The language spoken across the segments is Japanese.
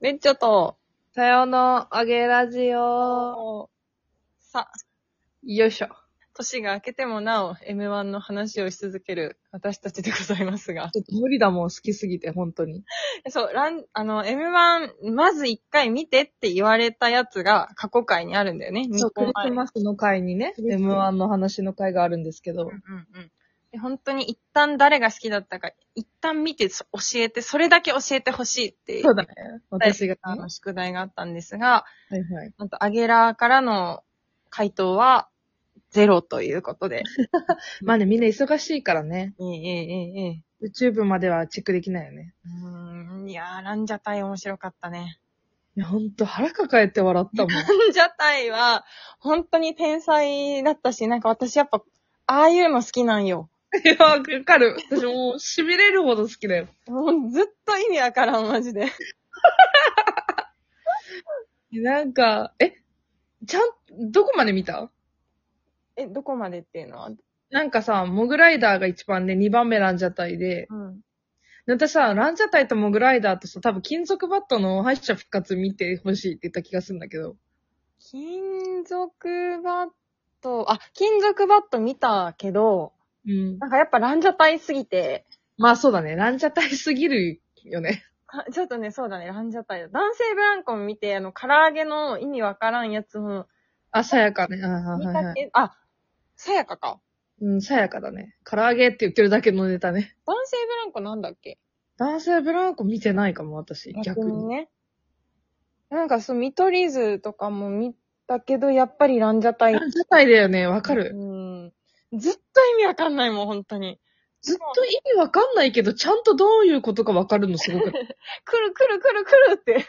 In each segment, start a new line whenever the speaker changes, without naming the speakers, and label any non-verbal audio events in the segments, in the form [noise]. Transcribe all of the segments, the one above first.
めっちゃと、
さよのあげラジオ。
さ、
よいしょ。
年が明けてもなお M1 の話をし続ける私たちでございますが。 [laughs]
ちょっと無理だもん、好きすぎて、本当に。
そう、ラン、あの、M1、まず一回見てって言われたやつが過去回にあるんだよね。
そう、クリス
マ
マスの会にね、
クリスマ
M1 の話の会があるんですけど
うんう、んうん。で本当に一旦誰が好きだったか、一旦見てそ教えて、それだけ教えてほしいっていう
そうだね。私が、
あ
は
の宿題があったんですが、
いはい。
なんとアゲラーからの回答はゼロということで。
まあね、みんな忙しいからね、
ええええええ。
YouTube まではチェックできないよね。
うーん、いやー、ランジャタイ面白かったね。
いや、ほんと腹抱えて笑 [laughs] ったもん。
ランジャタイは、本当に天才だったし、なんか私やっぱ、ああいうの好きなんよ。
いや、わかる。私もう、痺れるほど好きだよ。
もうずっと意味わからん、マジで。
なんか、え、ちゃん、どこまで見た
え、どこまでっていうのは
なんかさ、モグライダーが一番で、二番目ランジャタイで、
うん。
で私さ、ランジャタイとモグライダーとさ、多分金属バットの敗者復活見てほしいって言った気がするんだけど。
金属バット、あ、金属バット見たけど、
うん。
なんかやっぱランジャタイすぎて、
まあそうだね。ランジャタイすぎる
[laughs]
よね。
あちょっとね、そうだね、ランジャタイだ。男性ブランコも見て、あの、唐揚げの意味わからんやつも、
あ、さやかね。あは
見
い
たけ、
はいはい。
あ、さやかか。
うん、さやかだね。唐揚げって言ってるだけのネタね。
男性ブランコなんだっけ
男性ブランコ見てないかも、私。逆に。
ね。なんかそう、見取り図とかも見たけど、やっぱりランジャタイ。
ランジャタイだよね。わかる。
うん。ずっと意味わかんないもん、本当に。
ずっと意味わかんないけど、ちゃんとどういうことかわかるの
[laughs]
すごく。
来る来る来る来るって。これまた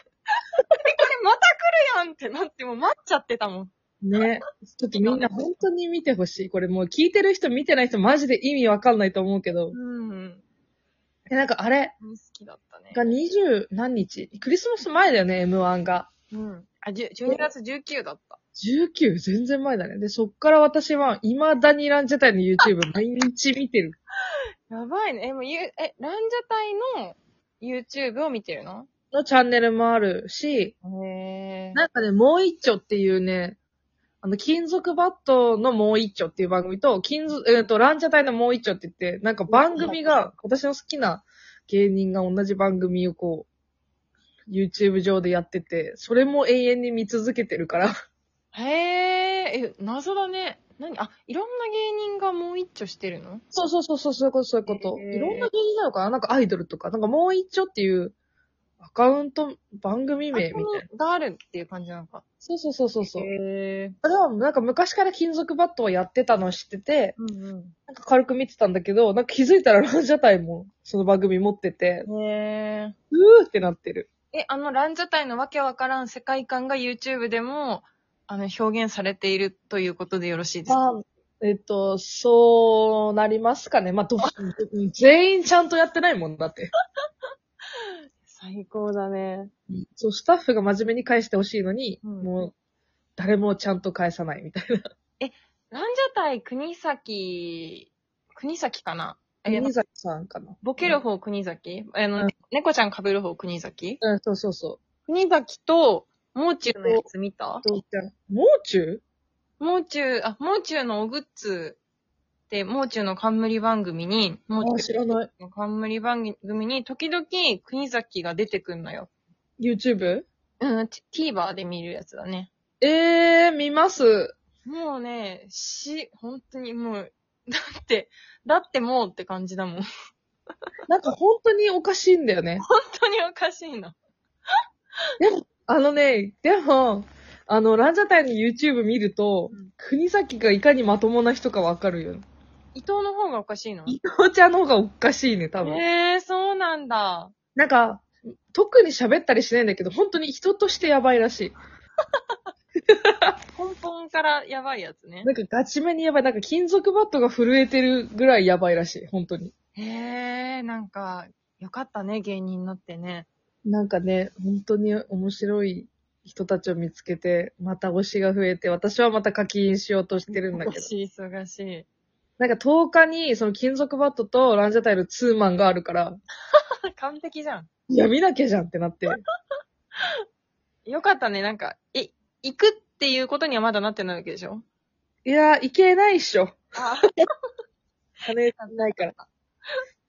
来るやんってなって、もう待っちゃってたもん。
ね。ちょっとみんな本当に見てほしい。これもう聞いてる人見てない人マジで意味わかんないと思うけど。
うん。
え、なんかあれ、
好きだったね。
が20何日クリスマス前だよね、M1 が。
うん。あ、じゅ12月19だった。
19、全然前だね。で、そっから私は、未だにランジャタイの YouTube 毎日見てる。
やばいね。え、もう、ゆえ、ランジャタイの YouTube を見てるの
のチャンネルもあるし、
へえ。
なんかね、もう一丁っていうね、あの、金属バットのもう一丁っていう番組と、金属、えっ、と、ランジャタイのもう一丁って言って、なんか番組が、私の好きな芸人が同じ番組をこう、YouTube 上でやってて、それも永遠に見続けてるから。
へえ、え、謎だね。何あ、いろんな芸人がもう一丁してるの
そうそうそうそう、そういうこと、そういうこと。
へー
いろんな芸人なのかななんかアイドルとか、なんかもう一丁っていうアカウント、番組名みたいな。
があるっていう感じなのか。
そうそうそうそうそう。
へえ。
あれはなんか昔から金属バットをやってたのを知ってて、
うん
なんか軽く見てたんだけど、なんか気づいたら [laughs] ランジャタイもその番組持ってて、
うん。へえ。
うーってなってる。
え、あの、ランジャタイのわけわからん世界観が YouTube でも、あの、表現されているということでよろしいですか
まあ、えっと、そうなりますかね。まあ、ど全員ちゃんとやってないもんだって。
最高だね。
そう、スタッフが真面目に返してほしいのに、
うん
もう、誰もちゃんと返さないみたいな。
ランジャタイ、国崎、国崎かなえ、
国崎さんかな。
ボケる方国崎あの、
うん
猫ちゃん被る方国崎
うん、そうそうそ
国崎と、もう中のやつ見た
う。どうじゃもう中
もう中、あ、もう中のおグッズって、もう中の冠番組に、もう
あ、
中
知らない。
の冠番組に、時々国崎が出てくんのよ。
YouTube?
うん、テ TVer で見るやつだね。
ええー、見ます。
もうね、し、本当にもう、 [laughs] だって、だってもうって感じだもん。 [laughs] 本
なんか本当におかしいんだよね。
当におかしいの。
あのね、でも、あの、ランジャタイの YouTube 見ると
うん、
国崎がいかにまともな人かわかるよ。
伊藤の方がおかしいの
伊藤ちゃんの方がおかしいね、多分。
えー、そうなんだ。
なんか、特に喋ったりしないんだけど、本当に人としてやばいらし
根本からやばいやつね
い。。なんかガチめにやばい。なんか金属バットが震えてるぐらいやばいらしい、本当に。
へえー、なんか、よかったね、芸人になってね。
なんかね、本当に面白い人たちを見つけて、また推しが増えて、私はまた課金しようとしてるんだけ
忙 [laughs]
ど。
しい、忙しい。
なんか10日に、その金属バットとランジャタイのツーマンがあるから、
完璧じゃん。
いや、見なきゃじゃんってなって。
よかったね、なんか、え、行くっていうことにはまだなってないわけでしょ
いやー、いけないっしょ。
あ
金ないから。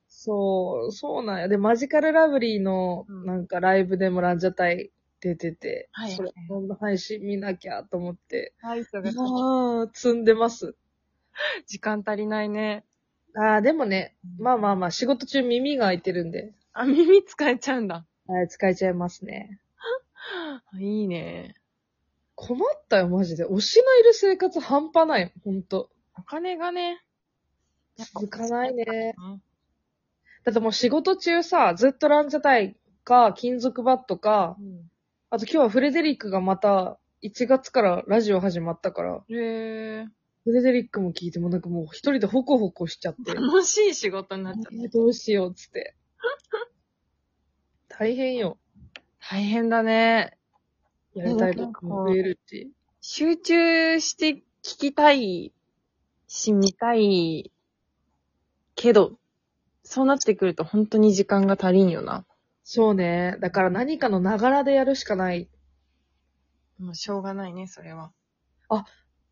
そう、そうなんや。で、マジカルラブリーの、
うん
なんかライブでもランジャタイ出てて、
はい
それ、こんな配信見なきゃと思って。
あ、はい、そ
ああ、積んでます。
[laughs] 時間足りないね。
ああ、でもね、まあま
あ。
あまあ、仕事中耳が開いてるんで、
あ、耳使えちゃうんだ。
はい、使えちゃいますね。
いいね。
困ったよ、マジで。推しのいる生活半端ない。ほんと。
お金がね。やっぱ
続かないね。
うん
だってもう仕事中さ、ずっとランジャタイか、金属バットか、あと今日はフレデリックがまた、1月からラジオ始まったから、
へえ。
フレデリックも聞いてもなんかもう一人でホコホコしちゃって、
楽しい仕事になっちゃった。
えーどうしようっつって。大変よ。
大変だね。
やりたいことも増えるし。
集中して聞きたいし、見たいけど、そうなってくると本当に時間が足りんよな。
そうね。だから何かのながらでやるしかない。
もうしょうがないね、それは。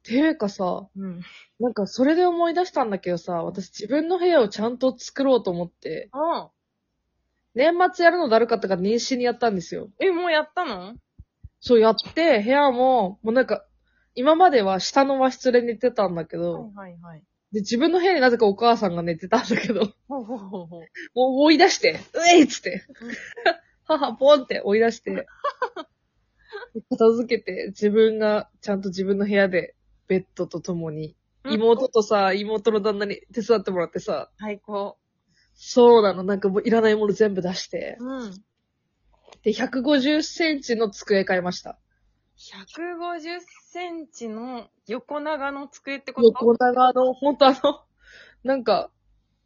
ていうかさ、
うん。
なんかそれで思い出したんだけどさ、私自分の部屋をちゃんと作ろうと思って、
ああ。
年末やるのだるかったから年始にやったんですよ。
え、もうやったの
そうやって、部屋も、もうなんか、今までは下の和室で寝てたんだけど、
はいはい。
で、自分の部屋になぜかお母さんが寝てたんだけど、 [laughs] もう
ほうほうほうほう。
追い出して、うえいっつって [laughs]
うん、
母ポンって追い出して、片付けて、自分がちゃんと自分の部屋で、ベッドと共に、妹とさ、妹の旦那に手伝ってもらってさ、
最高。
そうなの、なんかもういらないもの全部出して、
うん。
で、150センチの机買いました。
150センチの横長の机ってこと
横長の、本当あの、なんか、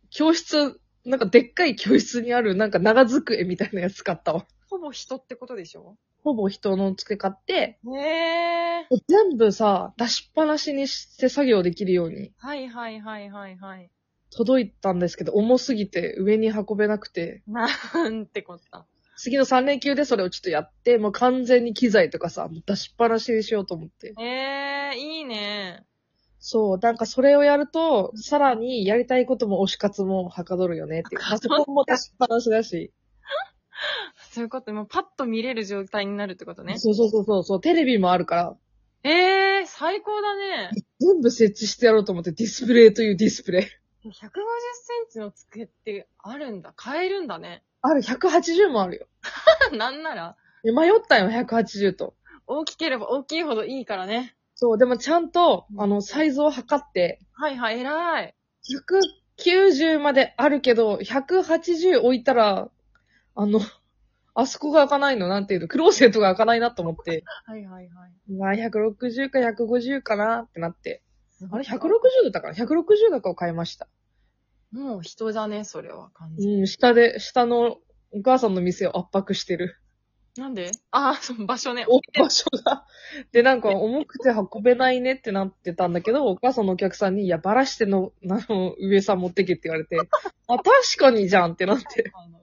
教室、なんかでっかい教室にある、なんか長机みたいなやつ買ったわ。
ほぼ人ってことでしょ
ほぼ人の机買って、
ねえ。
全部さ、出しっぱなしにして作業できるように
はいはいはいはいはい。
届いたんですけど、重すぎて上に運べなくて、
なんてこった。
次の3連休でそれをちょっとやって、もう完全に機材とかさ、出しっぱなしにしようと思って。
ええいいね。
そう、なんかそれをやると、さらにやりたいことも推し活もはかどるよねっていう。パソコンも出しっぱなしだし。
そういうこと、もうパッと見れる状態になるってことね。
そうそうそうそうそう、テレビもあるから、
ええ最高だね。
全部設置してやろうと思って、ディスプレイというディスプレイ。
150センチの机ってあるんだ。買えるんだね。 [laughs]
ある、180もあるよ。
なんなら、
え迷ったよ、180と。
大きければ大きいほどいいからね。
そう、でもちゃんと、あの、サイズを測って、
はいはい、偉い。
190まであるけど、180置いたら、あの、あそこが開かないの、なんていうの、クローゼットが開かないなと思って、
はいはいはい。
うわ、160か150かなってなって。あれ、160だったかな ?160 だかを買いました。
もう人だね、それは、完全に。
うん、下で、下のお母さんの店を圧迫してる。
なんでああ、その場所ね。
お場所が。 [laughs] で、なんか重くて運べないねってなってたんだけど、お母さんのお客さんに、いや、バラしての、あの、上さん持ってけって言われ [laughs] て、あ、確かにじゃんってなって。
あの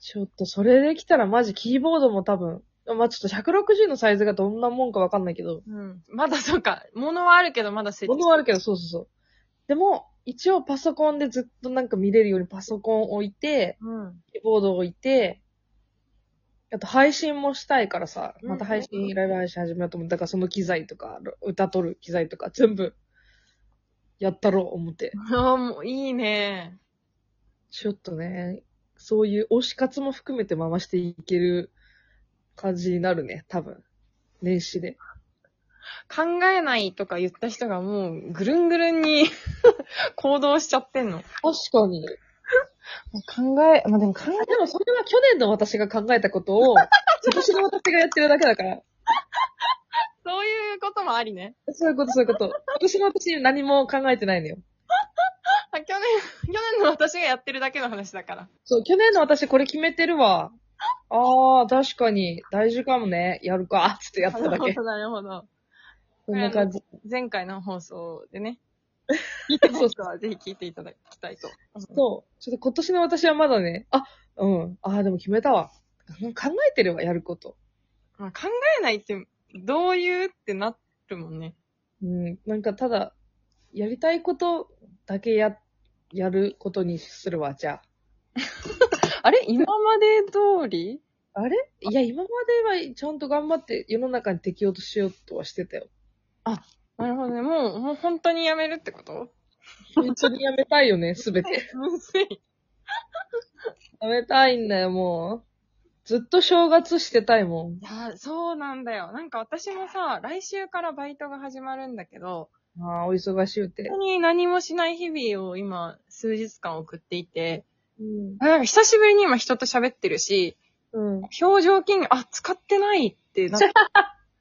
ちょっとそれできたらマジキーボードも多分、まあちょっと160のサイズがどんなもんかわかんないけど、
うん。まだそうか。物はあるけど、まだ設置。
物はあるけど、そうそうそう。でも、一応パソコンでずっとなんか見れるようにパソコン置いて、
うん。
キーボードを置いて、あと配信もしたいからさ、また配
うんうんう
信、ライブ配信始めようと思って、だからその機材とか、歌撮る機材とか、全部、やったろう思って。
ああ、もういいね。
ちょっとね、そういう推し活も含めて回していける感じになるね、多分。年始で。
考えないとか言った人がもう、ぐるんぐるんに [laughs] 行動しちゃってんの。
確かに。
もう考え、まあ、でも考
あでもそれは去年の私が考えたことを、 [laughs] 今年の私がやってるだけだから。
そういうこともありね。
そういうこと、そういうこと。今年の私何も考えてないのよ。
あ、去年、去年の私がやってるだけの話だから。
そう、去年の私これ決めてるわ。ああ、確かに、大事かもね。やるか、つってやった
な
[laughs] だ
るほ
け。
ど、なるほど。
そんな感じ。
前回の放送で
[laughs]
ね。聞いてない人 [laughs] はぜひ聞いていただきたいと。
そう。ちょっと今年の私はまだね、あ、うん。ああ、でも決めたわ。考えてればやること。
まあ、考えないって、どういうってなるもんね。
うん。なんかただ、やりたいことだけや、やることにするわ、じゃ
あれ今まで通り
あ。あれいや、今まではちゃんと頑張って世の中に適応しようとはしてたよ。
なるほどね。もう、もう本当にやめるってこと
本当にやめたいよね、すべ [laughs] て。
むずい。
やめたいんだよ、もう。ずっと正月してたいもん
い。や、そうなんだよ。なんか私もさ、来週からバイトが始まるんだけど、
ああ、お忙しゅうて。
本当に何もしない日々を今、数日間送っていて、
うん。
あなんか久しぶりに今人と喋ってるし、
うん。
表情筋、あ、使ってないって [laughs] なっ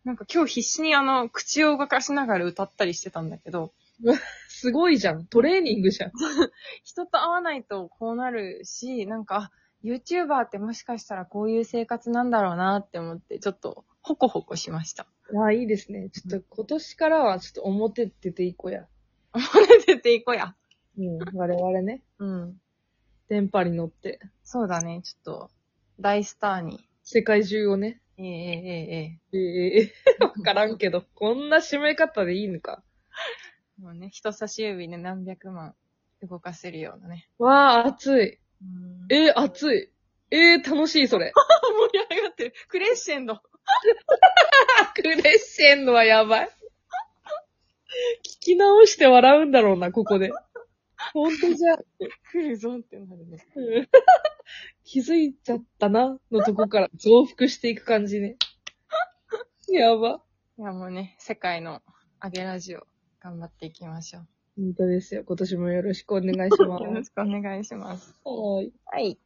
なんか今日必死にあの、口を動かしながら歌ったりしてたんだけど、
すごいじゃん。トレーニングじゃん。
人と会わないとこうなるし、なんか、あ YouTuber ってもしかしたらこういう生活なんだろうなって思って、ちょっと、ホコホコしました。 [laughs]
ああ、いいですね。ちょっと今年からはちょっと表出ていこうや。
出てっていこうや。
うん。我々ね。
うん。
電波に乗って。
そうだね、ちょっと、大スターに。
世界中をね。
えええええ
ええわからんけど。こんな締め方でいいのか。
え。もうね、人差し指で何百万動かせるようなね。
わあ、暑い。
うん
ええ暑い。ええ楽しい、それ。
盛り上がってる。クレッシェンド。
クレッシェンドはやばい。聞き直して笑うんだろうな、ここで。本当じゃ。
来るぞってなるね。
うん気づいちゃったな、のとこから増幅していく感じ [laughs] ね。やば。
いやもうね、世界の揚げラジオ、頑張っていきましょう。
本当ですよ。今年もよろしくお願いしま
よろ
す。
しくお願いします。
はい。
はい。